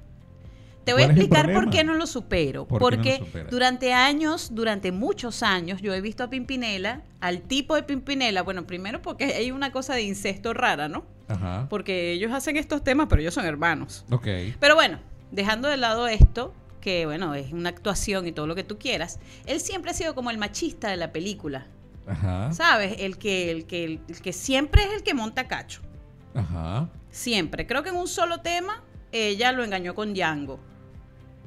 Te voy ¿Cuál es a el explicar por problema? qué no lo supero. ¿Por qué no lo Porque superas? durante años, durante muchos años, yo he visto a Pimpinela, al tipo de Pimpinela, bueno, primero porque hay una cosa de incesto rara, ¿no? Ajá. Porque ellos hacen estos temas, pero ellos son hermanos. Ok. Pero bueno, dejando de lado esto, que bueno, es una actuación y todo lo que tú quieras, él siempre ha sido como el machista de la película, Ajá. ¿sabes? El que, el que, el que siempre es el que monta cacho. Ajá. Siempre. Creo que en un solo tema ella lo engañó con Django,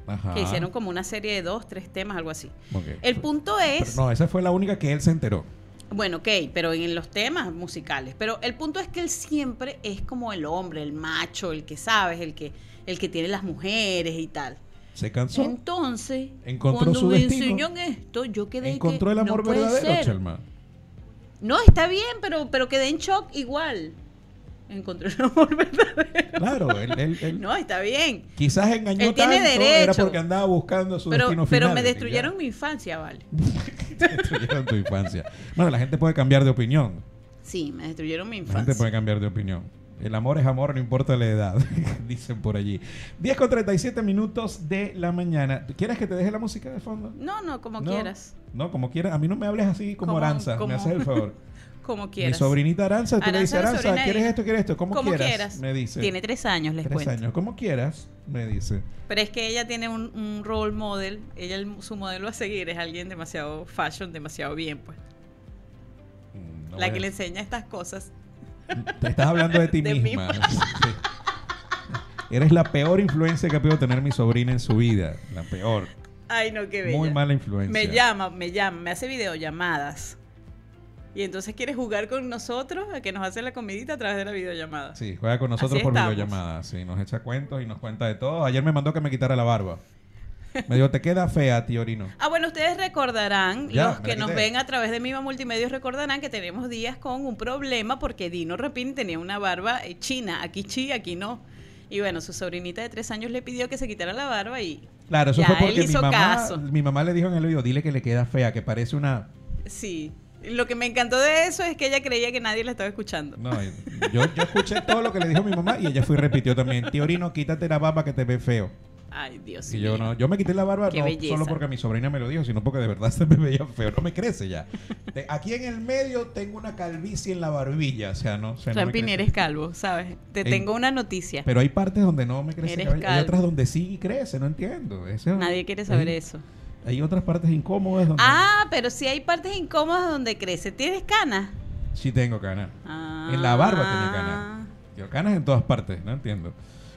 Ajá. que hicieron como una serie de dos, tres temas, algo así. Ok. El punto Pero es, no, esa fue la única que él se enteró. bueno, ok, pero en los temas musicales, pero el punto es que él siempre es como el hombre, el macho, el que sabes, el que, el que tiene las mujeres y tal. Se cansó. Entonces, Encontró cuando su me destino. enseñan esto, yo quedé Encontró que el amor no puede verdadero, ser. Chelma. No, está bien, pero, pero quedé en shock igual. encontré un amor *laughs* verdadero. Claro, él, él- él *laughs* No, está bien. quizás engañó él tiene tanto, era derecho. porque andaba buscando su Pero, destino pero final, me y ya. destruyeron mi infancia, vale. Te *laughs* destruyeron tu infancia. Bueno, la gente puede cambiar de opinión. Sí, me destruyeron mi La gente infancia. puede cambiar de opinión. El amor es amor, no importa la edad, *laughs* dicen por allí. 10 con 37 minutos de la mañana. ¿Quieres que te deje la música de fondo? No, no, como no, quieras. No, como quieras. A mí no me hables así como, Como- Aranza. como- Me haces el *laughs* favor. Como Mi quieras. sobrinita Aranza, tú le Aranza dices, es la Aranza, sobrina de ¿quieres ella. esto, quieres esto? Como, Como quieras, quieras. Me dice. Tiene tres años, les tres cuento. años. Como quieras, me dice. Pero es que ella tiene un, un role model. Ella, el- su modelo a seguir es alguien demasiado fashion, demasiado bien, pues. Mm, no la voy que a- le enseña estas cosas. *laughs* Te estás hablando de ti *laughs* De mí misma. *laughs* Sí. Eres la peor influencia que ha podido tener mi sobrina en su vida. La peor. Ay, no, qué bella. Muy mala influencia. Me llama, me llama, me hace videollamadas. Y entonces quiere jugar con nosotros a que nos hace la comidita a través de la videollamada. Sí, juega con nosotros Así por estamos. videollamada. Sí, nos echa cuentos y nos cuenta de todo. Ayer me mandó que me quitara la barba. Me dijo, te queda fea, tío Orino. Ah, bueno, ustedes recordarán, Ya, los me la que nos quité. ven a través de Miva Multimedios recordarán que tenemos días con un problema porque Dino Rapini tenía una barba eh, china, aquí sí, aquí no. Y bueno, su sobrinita de tres años le pidió que se quitara la barba y Claro, eso Ya, fue él porque mi hizo mamá, caso. mi mamá le dijo en el oído, dile que le queda fea, que parece una... sí. Lo que me encantó de eso es que ella creía que nadie la estaba escuchando. No, yo, yo escuché todo lo que le dijo mi mamá y ella fue y repitió también, tío Orino, quítate la barba que te ve feo. Ay, Dios Y mío. yo no, yo me quité la barba Qué no belleza. solo porque mi sobrina me lo dijo, sino porque de verdad se me veía feo, no me crece ya. Te- aquí en el medio tengo una calvicie en la barbilla, o sea, no, o sea, no me Rapini, crece. eres calvo, ¿sabes? Te Ey. tengo una *laughs* noticia. Pero hay partes donde no me crece Eres cabello, hay calvo. otras donde sí crece, no entiendo. Eso- Nadie quiere saber hay- eso. Hay otras partes incómodas donde Ah, pero sí hay partes incómodas donde crece. ¿Tienes canas? sí tengo canas. Ah. En la barba tenía canas. Yo canas en todas partes, no entiendo.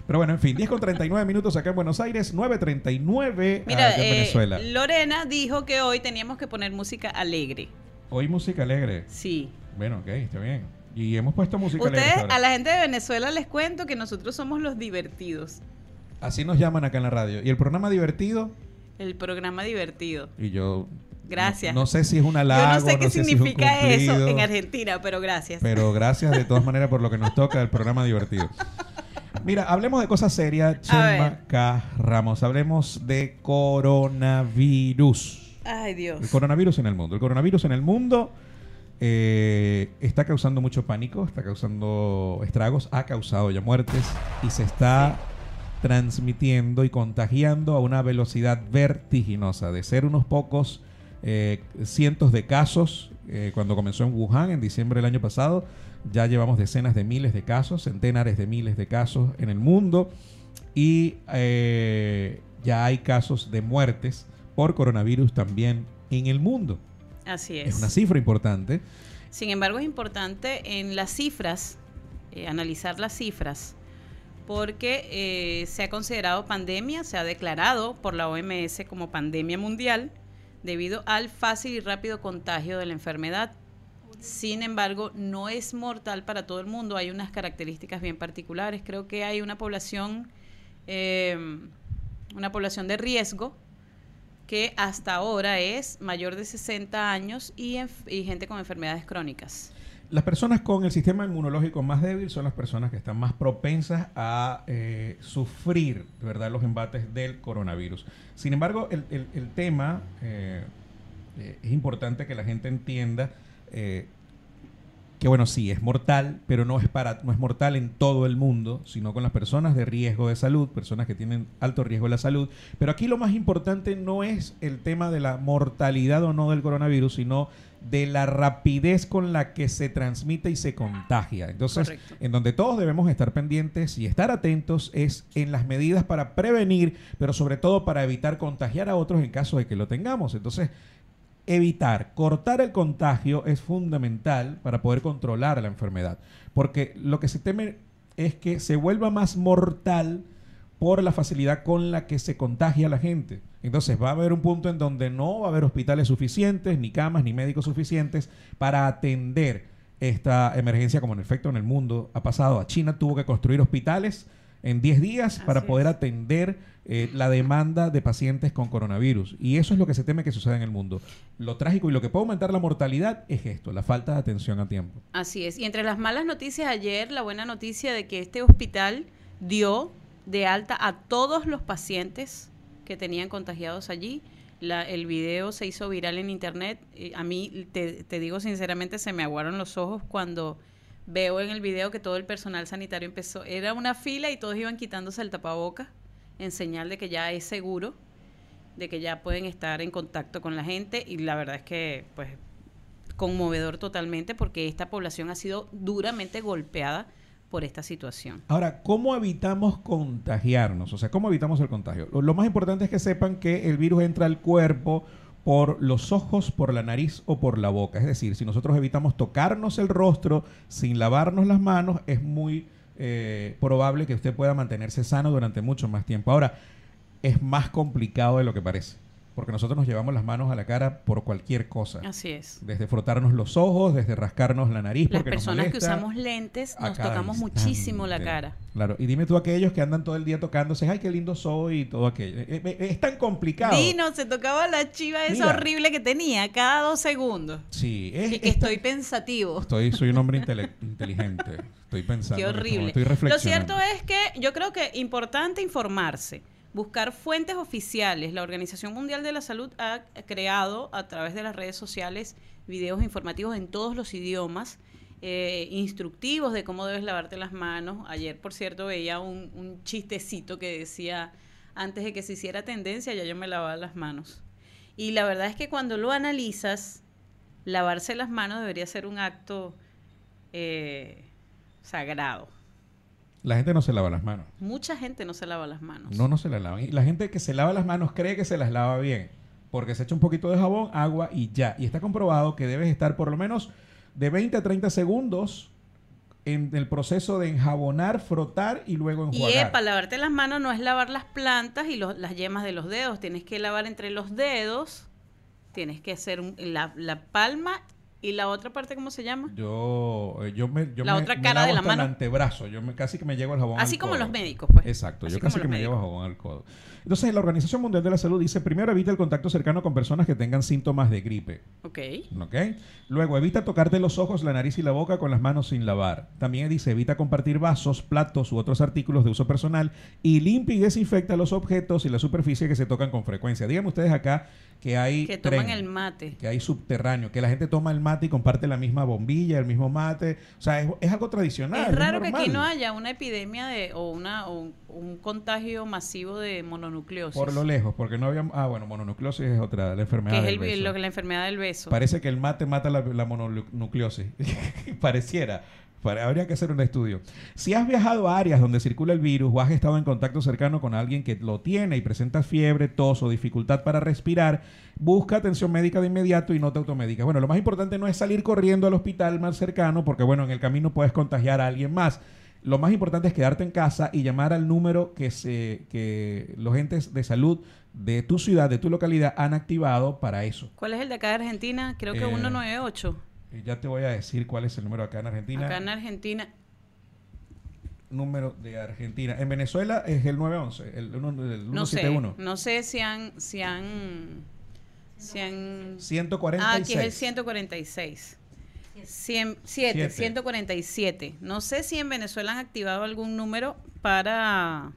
Pero bueno, en fin, 10 con 39 minutos acá en Buenos Aires, 9.39 Mira, allá en eh, Venezuela. Lorena dijo que hoy teníamos que poner música alegre. Hoy música alegre. Sí. Bueno, ok, está bien. Y hemos puesto música alegre. Ustedes, hasta a ahora. la gente de Venezuela les cuento que nosotros somos los divertidos. Así nos llaman acá en la radio. Y el programa divertido, El programa divertido. y yo... Gracias. No, no sé si es una halago, Yo no sé qué si es un significa eso en cumplido. Argentina, pero gracias. Pero gracias de todas maneras por lo que nos toca el programa divertido. Mira, hablemos de cosas serias, Chema ver. K. Ramos. Hablemos de coronavirus. Ay, El Dios. coronavirus en el mundo. El coronavirus en el mundo eh, está causando mucho pánico, está causando estragos, ha causado ya muertes y se está transmitiendo y contagiando a una velocidad vertiginosa. De ser unos pocos eh, cientos de casos eh, cuando comenzó en Wuhan en diciembre del año pasado, ya llevamos decenas de miles de casos, centenares de miles de casos en el mundo y eh, ya hay casos de muertes por coronavirus también en el mundo. Así Es una cifra importante. Sin embargo, es importante en las cifras, eh, analizar las cifras, porque eh, se ha considerado pandemia, se ha declarado por la OMS como pandemia mundial debido al fácil y rápido contagio de la enfermedad. Sin embargo, no es mortal para todo el mundo. Hay unas características bien particulares. Creo que hay una población, eh, una población de riesgo, que hasta ahora es mayor de 60 años y, enf- y gente con enfermedades crónicas. Las personas con el sistema inmunológico más débil son las personas que están más propensas a eh, sufrir, de ¿verdad?, los embates del coronavirus. Sin embargo, el, el- el tema eh, eh, es importante que la gente entienda eh, que, bueno, sí, es mortal, pero no es, para, no es mortal en todo el mundo, sino con las personas de riesgo de salud, personas que tienen alto riesgo de la salud. Pero aquí lo más importante no es el tema de la mortalidad o no del coronavirus, sino de la rapidez con la que se transmite y se contagia. Entonces, Correcto. en donde todos debemos estar pendientes y estar atentos es en las medidas para prevenir, pero sobre todo para evitar contagiar a otros en caso de que lo tengamos. Entonces, evitar, cortar el contagio es fundamental para poder controlar la enfermedad. Porque lo que se teme es que se vuelva más mortal por la facilidad con la que se contagia la gente. Entonces va a haber un punto en donde no va a haber hospitales suficientes, ni camas, ni médicos suficientes para atender esta emergencia como en efecto en el mundo ha pasado. A China tuvo que construir hospitales en 10 días para Así poder es. atender eh, la demanda de pacientes con coronavirus. Y eso es lo que se teme que suceda en el mundo. Lo trágico y lo que puede aumentar la mortalidad es esto, la falta de atención a tiempo. Así es. Y entre las malas noticias ayer, la buena noticia de que este hospital dio de alta a todos los pacientes que tenían contagiados allí. La- el video se hizo viral en internet. Y a mí, te, te digo sinceramente, se me aguaron los ojos cuando veo en el video que todo el personal sanitario empezó. Era una fila y todos iban quitándose el tapaboca en señal de que ya es seguro, de que ya pueden estar en contacto con la gente. Y la verdad es que, pues, conmovedor totalmente porque esta población ha sido duramente golpeada por esta situación. Ahora, ¿cómo evitamos contagiarnos? O sea, ¿cómo evitamos el contagio? Lo, lo más importante es que sepan que el virus entra al cuerpo por los ojos, por la nariz o por la boca. Es decir, si nosotros evitamos tocarnos el rostro sin lavarnos las manos, es muy eh, probable que usted pueda mantenerse sano durante mucho más tiempo. Ahora, es más complicado de lo que parece, porque nosotros nos llevamos las manos a la cara por cualquier cosa. Así es. Desde frotarnos los ojos, desde rascarnos la nariz. Las porque nos personas que molesta usamos lentes a nos cada tocamos instante. muchísimo la cara. Claro, y dime tú aquellos que andan todo el día tocándose, ay, qué lindo soy y todo aquello. Eh, eh, eh, Es, tan complicado. Dino, se tocaba la chiva esa Mira. horrible que tenía cada dos segundos. Sí, es, Y que es tan- estoy *laughs* pensativo. estoy- soy un hombre intele- inteligente. Estoy pensando. Qué en este horrible. momento, estoy Lo reflexionando. cierto es que yo creo que importante informarse, buscar fuentes oficiales. La Organización Mundial de la Salud ha creado a través de las redes sociales videos informativos en todos los idiomas, eh, instructivos de cómo debes lavarte las manos. Ayer, por cierto, veía un, un chistecito que decía, antes de que se hiciera tendencia, ya yo me lavaba las manos. Y la verdad es que cuando lo analizas, lavarse las manos debería ser un acto eh, sagrado. La gente no se lava las manos. Mucha gente no se lava las manos. No, no se las lava. Y la gente que se lava las manos cree que se las lava bien. Porque se echa un poquito de jabón, agua y ya. Y está comprobado que debes estar por lo menos de 20 a 30 segundos en el proceso de enjabonar, frotar y luego y enjuagar. epa, lavarte las manos no es lavar las plantas y los- las yemas de los dedos. Tienes que lavar entre los dedos. Tienes que hacer un- la, la palma y la otra parte, ¿cómo se llama? Yo, eh, yo me, yo La me- otra me cara lavo de la hasta el mano. antebrazo. Yo me- casi que me llevo el jabón. Así al como codo. los médicos, pues. Exacto, Así yo casi como que los me llevo médicos. jabón al codo. Entonces, la Organización Mundial de la Salud dice, primero evita el contacto cercano con personas que tengan síntomas de gripe. Ok. ¿ok? Luego, evita tocarte los ojos, la nariz y la boca con las manos sin lavar. También dice, evita compartir vasos, platos u otros artículos de uso personal y limpia y desinfecta los objetos y la superficie que se tocan con frecuencia. Díganme ustedes acá que hay... Que toman tren el mate. que hay subterráneo, que la gente toma el mate y comparte la misma bombilla, el mismo mate. O sea, es, es algo tradicional. es raro que aquí normal. no haya una epidemia de, o, una, o un, un contagio masivo de mononucleosis. Por lo lejos, porque no había... Ah, bueno, mononucleosis es otra, la enfermedad que es del el- beso. lo que la enfermedad del beso. Parece que el mate mata la, la mononucleosis. *laughs* Pareciera. Pare- habría que hacer un estudio. Si has viajado a áreas donde circula el virus o has estado en contacto cercano con alguien que lo tiene y presenta fiebre, tos o dificultad para respirar, busca atención médica de inmediato y no te automedicas. Bueno, lo más importante no es salir corriendo al hospital más cercano porque, bueno, en el camino puedes contagiar a alguien más. Lo más importante es quedarte en casa y llamar al número que, se, que los entes de salud de tu ciudad, de tu localidad, han activado para eso. ¿Cuál es el de acá de Argentina? Creo que Eh, 198. Y Eh, Ya te voy a decir cuál es el número acá en Argentina. Acá en Argentina. Número de Argentina. En Venezuela es el 911, el, uno- el No sé. 171. Mm. No sé si han. Si han, si han 146. ah, aquí es el 146. Cien- Siete. siete, 147. No sé si en Venezuela han activado algún número para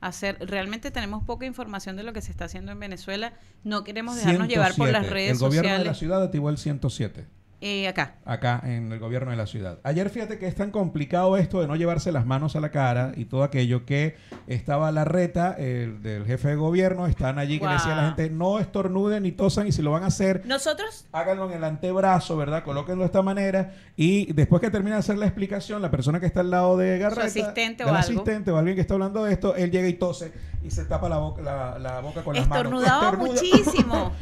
hacer. Realmente tenemos poca información de lo que se está haciendo en Venezuela. No queremos dejarnos llevar por las 107. redes El gobierno de la sociales. ciudad activó el 107. Eh, acá. acá en el gobierno de la ciudad. Ayer fíjate que es tan complicado esto de no llevarse las manos a la cara y todo aquello que estaba la reta el del jefe de gobierno, están allí que le decía a la Guau. gente no estornuden ni tosan y si lo van a hacer Nosotros háganlo en el antebrazo, ¿verdad? Colóquenlo de esta manera y después que termina de hacer la explicación, la persona que está al lado de Garreta, asistente o del algo. asistente o alguien que está hablando de esto, él llega y tose y se tapa la boca, la, la boca con las manos. *laughs* estornudaba Estornuda. muchísimo.